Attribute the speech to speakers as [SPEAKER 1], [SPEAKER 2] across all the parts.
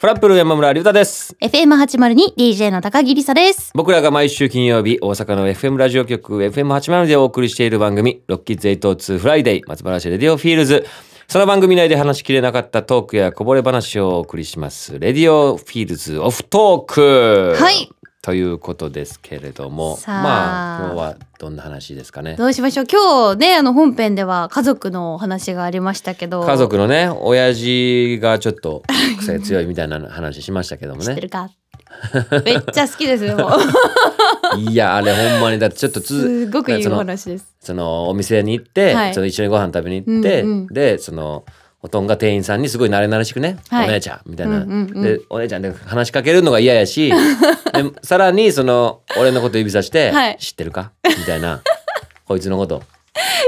[SPEAKER 1] フラップル山村隆太です。
[SPEAKER 2] FM802 DJ の高木梨沙です。
[SPEAKER 1] 僕らが毎週金曜日、大阪の FM ラジオ局 FM802 でお送りしている番組、ロッキーズ802フライデー、松原市レディオフィールズ。その番組内で話しきれなかったトークやこぼれ話をお送りします。レディオフィールズオフトーク。
[SPEAKER 2] はい。
[SPEAKER 1] ということですけれども、
[SPEAKER 2] さあ
[SPEAKER 1] まあ、今日はどんな話ですかね。
[SPEAKER 2] どうしましょう今日ね、あの本編では家族のお話がありましたけど。
[SPEAKER 1] 家族のね、親父がちょっと癖強いみたいな話しましたけども
[SPEAKER 2] 知って
[SPEAKER 1] ね。
[SPEAKER 2] るかめっちゃ好きですよ。 もう
[SPEAKER 1] いや、あれほんまに、だってちょっとつ
[SPEAKER 2] すごくいい
[SPEAKER 1] そ
[SPEAKER 2] お
[SPEAKER 1] の
[SPEAKER 2] 話です。
[SPEAKER 1] そのお店に行って、
[SPEAKER 2] はい
[SPEAKER 1] その一緒にご飯食べに行って、
[SPEAKER 2] うんうん
[SPEAKER 1] でそのおとんが店員さんにすごい慣れ慣れしくね「
[SPEAKER 2] はい
[SPEAKER 1] お姉ちゃん」みたいな、
[SPEAKER 2] うんうんうん
[SPEAKER 1] でお姉ちゃんで話しかけるのが嫌やし でさらにその俺のこと指さして「
[SPEAKER 2] はい
[SPEAKER 1] 知ってるか?」みたいな こいつのこと。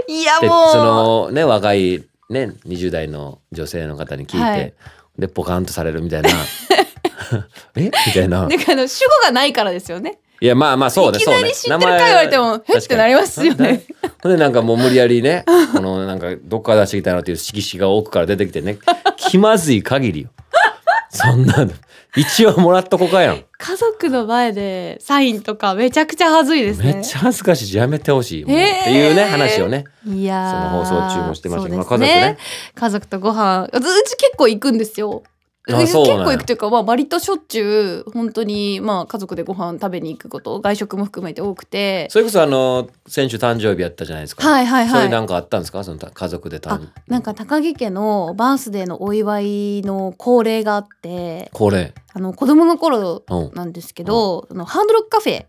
[SPEAKER 2] いや
[SPEAKER 1] で
[SPEAKER 2] もう。
[SPEAKER 1] そのね若いね20代の女性の方に聞いて、
[SPEAKER 2] はい
[SPEAKER 1] でポカンとされるみ たいな 「えみたいな
[SPEAKER 2] なん。かあの主語がないからですよね。
[SPEAKER 1] いやまあまあそうね
[SPEAKER 2] いきなり知って
[SPEAKER 1] そうね
[SPEAKER 2] るか
[SPEAKER 1] 名前
[SPEAKER 2] 言われてもへっ
[SPEAKER 1] 確か
[SPEAKER 2] て
[SPEAKER 1] に
[SPEAKER 2] なりますよね
[SPEAKER 1] な ほんでなんかもう無理やり ねこのなんかどっから出してきたのっていう色紙が奥から出てきてね気まずい限りよ そんなの一応もらっとこかやん
[SPEAKER 2] 家族の前でサインとかめちゃくちゃ恥ずいです
[SPEAKER 1] め
[SPEAKER 2] ね。
[SPEAKER 1] っちゃ恥ずかしいしやめてほしいもう、
[SPEAKER 2] えー
[SPEAKER 1] っていうね話をね
[SPEAKER 2] いやー
[SPEAKER 1] その放送中もしてましたけど
[SPEAKER 2] そうです
[SPEAKER 1] まあ家族ね
[SPEAKER 2] 家族とご飯うちうち結構行くんですよ
[SPEAKER 1] あ
[SPEAKER 2] 結
[SPEAKER 1] そうなんや
[SPEAKER 2] 構行くというか、まあ、割としょっちゅう本当にまあ家族でご飯食べに行くこと外食も含めて多くて
[SPEAKER 1] それこそあの先週誕生日やったじゃないですか、
[SPEAKER 2] はいはい
[SPEAKER 1] そ
[SPEAKER 2] は
[SPEAKER 1] れないんかあったんですかその家族で誕
[SPEAKER 2] あなんか高木家のバースデーのお祝いの恒例があって
[SPEAKER 1] これ、
[SPEAKER 2] あの子供の頃
[SPEAKER 1] うん、
[SPEAKER 2] なんですけど、あのハードロックカフェ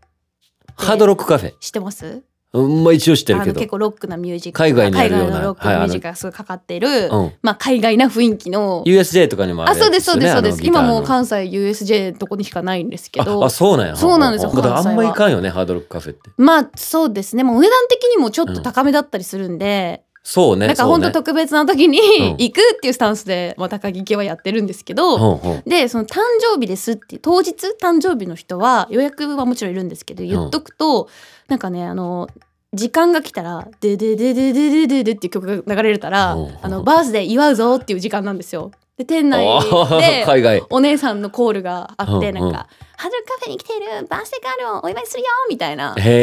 [SPEAKER 1] ハードロックカフェ
[SPEAKER 2] 知ってます
[SPEAKER 1] うんまあ一応知ってる
[SPEAKER 2] あ
[SPEAKER 1] け
[SPEAKER 2] の
[SPEAKER 1] ど
[SPEAKER 2] 結構ロックなミュージック
[SPEAKER 1] 海外にあるような
[SPEAKER 2] 海外のロック
[SPEAKER 1] はい
[SPEAKER 2] の
[SPEAKER 1] あ
[SPEAKER 2] ミ
[SPEAKER 1] の
[SPEAKER 2] ュージックがすごいかかってる、
[SPEAKER 1] うん、
[SPEAKER 2] まあ、海外な雰囲気の
[SPEAKER 1] USJ とかにもあ
[SPEAKER 2] あ
[SPEAKER 1] るや
[SPEAKER 2] そう
[SPEAKER 1] つ
[SPEAKER 2] ですそうですそうです、
[SPEAKER 1] よねあ
[SPEAKER 2] 今
[SPEAKER 1] の
[SPEAKER 2] もう
[SPEAKER 1] ギターの
[SPEAKER 2] 関西 USJ どこにしかないんですけ
[SPEAKER 1] あ
[SPEAKER 2] ど
[SPEAKER 1] あそうなんや
[SPEAKER 2] そうなんですよ
[SPEAKER 1] だからあん
[SPEAKER 2] 関
[SPEAKER 1] ま
[SPEAKER 2] 西は
[SPEAKER 1] 行かんよねハードロックカフェって
[SPEAKER 2] まあそうですねもうお値段的にもちょっと高めだったりするんで、
[SPEAKER 1] そうね
[SPEAKER 2] なんか
[SPEAKER 1] そう
[SPEAKER 2] 本
[SPEAKER 1] ね
[SPEAKER 2] 当特別な時に
[SPEAKER 1] うん
[SPEAKER 2] 行くっていうスタンスで、まあ、高木家はやってるんですけど、
[SPEAKER 1] うんうん
[SPEAKER 2] でその誕生日ですって当日誕生日の人は予約はもちろんいるんですけど言っとくと、なんかねあの時間が来たら「でででででででで」っていう曲が流れるから、
[SPEAKER 1] うん
[SPEAKER 2] あのバースデー祝うぞっていう時間なんですよ。で店内
[SPEAKER 1] あー
[SPEAKER 2] で
[SPEAKER 1] 海外
[SPEAKER 2] お姉さんのコールがあって、
[SPEAKER 1] うん
[SPEAKER 2] な
[SPEAKER 1] うん
[SPEAKER 2] んか「ハドルカフェに来ているバースデーガールをお祝いするよ」みたいなあって、
[SPEAKER 1] へ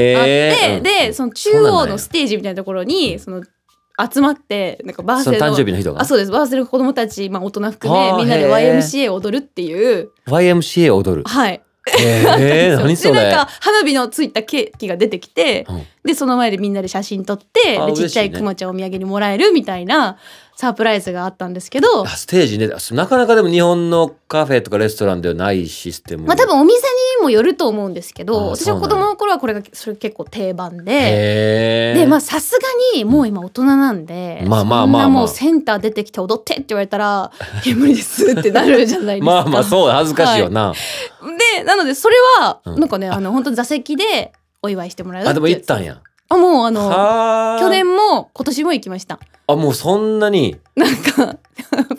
[SPEAKER 1] え
[SPEAKER 2] でその中央のステージみたいなところにその集まってなんかバース
[SPEAKER 1] その
[SPEAKER 2] デー
[SPEAKER 1] 誕
[SPEAKER 2] の
[SPEAKER 1] 生日の人が
[SPEAKER 2] あそうですバースデーの子供たち、まあ、大人含
[SPEAKER 1] あ
[SPEAKER 2] め
[SPEAKER 1] ー
[SPEAKER 2] みんなで
[SPEAKER 1] へー
[SPEAKER 2] YMCA を踊るっていう
[SPEAKER 1] YMCA 踊る
[SPEAKER 2] はい
[SPEAKER 1] へえ何そ
[SPEAKER 2] で
[SPEAKER 1] れ
[SPEAKER 2] なんか花火のついたケーキが出てきて、
[SPEAKER 1] うん
[SPEAKER 2] でその前でみんなで写真撮って
[SPEAKER 1] あ
[SPEAKER 2] でちっち
[SPEAKER 1] 嬉し
[SPEAKER 2] ゃ
[SPEAKER 1] い
[SPEAKER 2] い
[SPEAKER 1] ね
[SPEAKER 2] クマちゃんをお土産にもらえるみたいなサプライズがあったんですけど
[SPEAKER 1] あステージねあそうなかなかでも日本のカフェとかレストランではないシステム
[SPEAKER 2] まあ多分お店にもよると思うんですけど
[SPEAKER 1] あー
[SPEAKER 2] 私
[SPEAKER 1] そうな
[SPEAKER 2] は
[SPEAKER 1] んや
[SPEAKER 2] 子供の頃はこれがそれ結構定番で。
[SPEAKER 1] へえ
[SPEAKER 2] でまあさすがにもう今大人なんで、
[SPEAKER 1] まあまあまあまあ
[SPEAKER 2] そんなもうセンター出てきて踊ってって言われたら 「いや無理です」ってなるじゃないですか。
[SPEAKER 1] まあまあそうだ恥ずかしいよな、
[SPEAKER 2] でなのでそれは
[SPEAKER 1] うん
[SPEAKER 2] なんかね、あの本当に座席でお祝いしてもらうっていう
[SPEAKER 1] あでも行ったんや
[SPEAKER 2] あもうあの
[SPEAKER 1] はあ
[SPEAKER 2] 去年も今年も行きました
[SPEAKER 1] あもうそんなに
[SPEAKER 2] なんか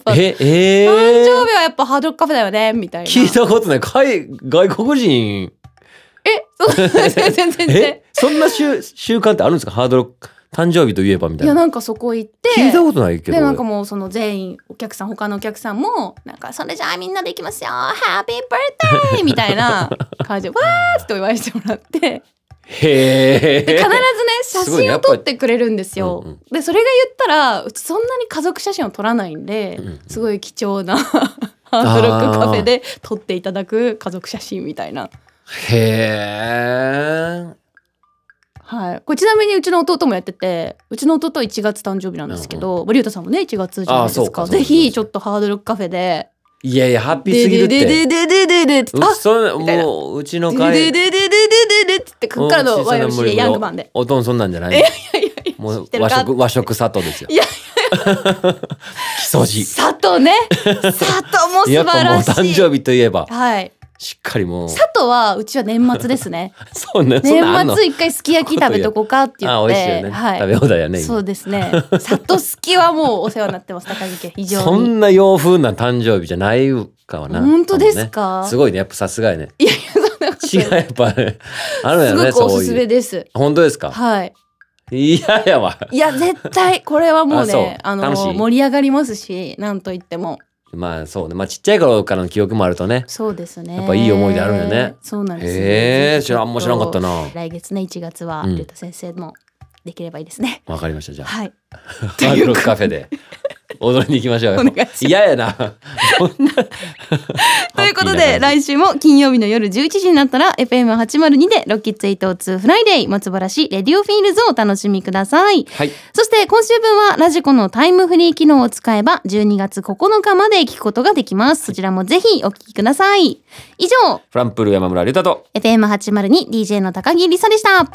[SPEAKER 2] ぱ
[SPEAKER 1] ええ
[SPEAKER 2] 誕生日はやっぱハードロックカフェだよねみたいな
[SPEAKER 1] 聞いたことない海外国人
[SPEAKER 2] えそう 全然全然
[SPEAKER 1] えそんな習習慣ってあるんですかハードロック誕生日といえばみたい
[SPEAKER 2] いや
[SPEAKER 1] な
[SPEAKER 2] なんかそこ行って
[SPEAKER 1] 聞いたことないけど
[SPEAKER 2] でなんか
[SPEAKER 1] 俺
[SPEAKER 2] もうその全員お客さん他のお客さんもなんか「それじゃあみんなで行きますよハッピーバーデー!」みたいな感 じでわーってお祝いしてもらって
[SPEAKER 1] へ
[SPEAKER 2] で
[SPEAKER 1] え
[SPEAKER 2] 必ずね写
[SPEAKER 1] すごいね
[SPEAKER 2] 真
[SPEAKER 1] やっ
[SPEAKER 2] を
[SPEAKER 1] ぱ
[SPEAKER 2] 撮ってくれるんですよ。
[SPEAKER 1] うんうん
[SPEAKER 2] でそれが言ったらうちそんなに家族写真を撮らないんで、
[SPEAKER 1] うんうん
[SPEAKER 2] すごい貴重な ハードロックカフェで撮っていただく家族写真みたいな。
[SPEAKER 1] へえ
[SPEAKER 2] はい、これちなみにうちの弟もやっててうちの弟は1月誕生日なんですけど竜太、さんもね1月じゃないで
[SPEAKER 1] あ
[SPEAKER 2] すか
[SPEAKER 1] そうか
[SPEAKER 2] ぜ
[SPEAKER 1] そうで
[SPEAKER 2] ひ
[SPEAKER 1] す
[SPEAKER 2] ちょっとハードロックカフェで
[SPEAKER 1] いやいやハッ
[SPEAKER 2] 「
[SPEAKER 1] ピーすぎるっ
[SPEAKER 2] で
[SPEAKER 1] て
[SPEAKER 2] ででででで」って「
[SPEAKER 1] う
[SPEAKER 2] あ
[SPEAKER 1] ちそん
[SPEAKER 2] みたいな
[SPEAKER 1] もううちの
[SPEAKER 2] で
[SPEAKER 1] 会
[SPEAKER 2] でででででで」ってこっからの YMCA ヤングマンで。
[SPEAKER 1] おとんそんなんじゃない
[SPEAKER 2] いやいやいや
[SPEAKER 1] もう
[SPEAKER 2] 知ってる
[SPEAKER 1] 和
[SPEAKER 2] か
[SPEAKER 1] 食和食砂糖ですよ
[SPEAKER 2] いや
[SPEAKER 1] 基礎児
[SPEAKER 2] 佐藤ね佐藤も素
[SPEAKER 1] やっ
[SPEAKER 2] 晴
[SPEAKER 1] ぱもう
[SPEAKER 2] らしい
[SPEAKER 1] 誕生日といえば
[SPEAKER 2] はい
[SPEAKER 1] しっかりもう
[SPEAKER 2] 佐藤はうちは年末ですね
[SPEAKER 1] そうねそん
[SPEAKER 2] 年
[SPEAKER 1] なんあんの
[SPEAKER 2] 末一回すき焼き食べとこうかって言
[SPEAKER 1] あ
[SPEAKER 2] っ
[SPEAKER 1] 美味しいよ
[SPEAKER 2] て
[SPEAKER 1] ね
[SPEAKER 2] は
[SPEAKER 1] 食
[SPEAKER 2] い
[SPEAKER 1] べ放題やね
[SPEAKER 2] そ
[SPEAKER 1] 今
[SPEAKER 2] うですね佐藤すきはもうお世話になってます高木家非
[SPEAKER 1] そ
[SPEAKER 2] 常に
[SPEAKER 1] んな洋風な誕生日じゃないかはな
[SPEAKER 2] 本当ですか
[SPEAKER 1] ねすごいねやっぱさすがやね
[SPEAKER 2] いやいやそんなこと
[SPEAKER 1] 違うやっぱねある
[SPEAKER 2] す
[SPEAKER 1] よね
[SPEAKER 2] ごくお
[SPEAKER 1] そう
[SPEAKER 2] すす
[SPEAKER 1] い
[SPEAKER 2] め
[SPEAKER 1] う
[SPEAKER 2] です
[SPEAKER 1] 本当ですか
[SPEAKER 2] はい
[SPEAKER 1] いややわ
[SPEAKER 2] いや絶対これはもう
[SPEAKER 1] あそう
[SPEAKER 2] ねあ
[SPEAKER 1] 楽しい
[SPEAKER 2] の盛り上がりますしなんといっても
[SPEAKER 1] まあそうね。まあちっちゃい頃からの記憶もあるとね。
[SPEAKER 2] そうですね。
[SPEAKER 1] やっぱいい思い出あるよね。
[SPEAKER 2] そうなんですよ
[SPEAKER 1] へえ、知らん、あ
[SPEAKER 2] ぜ
[SPEAKER 1] ん
[SPEAKER 2] ひ
[SPEAKER 1] ま
[SPEAKER 2] ち
[SPEAKER 1] 知
[SPEAKER 2] ょ
[SPEAKER 1] ら
[SPEAKER 2] っ
[SPEAKER 1] んか
[SPEAKER 2] と
[SPEAKER 1] ったな。
[SPEAKER 2] 来月ね1月は
[SPEAKER 1] うん
[SPEAKER 2] 竜太先生もできればいいですね。
[SPEAKER 1] わかりました、じゃあ。
[SPEAKER 2] はい。
[SPEAKER 1] ハードロックカフェで踊りに行きましょうよ。
[SPEAKER 2] お願いします
[SPEAKER 1] 嫌やな。そんな
[SPEAKER 2] ということ
[SPEAKER 1] ハッピー
[SPEAKER 2] で
[SPEAKER 1] な感じ
[SPEAKER 2] 来週も金曜日の夜11時になったら FM802 でロッキッツ802フライデー松原市レディオフィールズをお楽しみください。
[SPEAKER 1] はい。
[SPEAKER 2] そして今週分はラジコのタイムフリー機能を使えば12月9日まで聞くことができます。そちらもぜひお聞きください。以上、
[SPEAKER 1] フランプール山村龍太と。
[SPEAKER 2] FM802DJ の高木りさでした。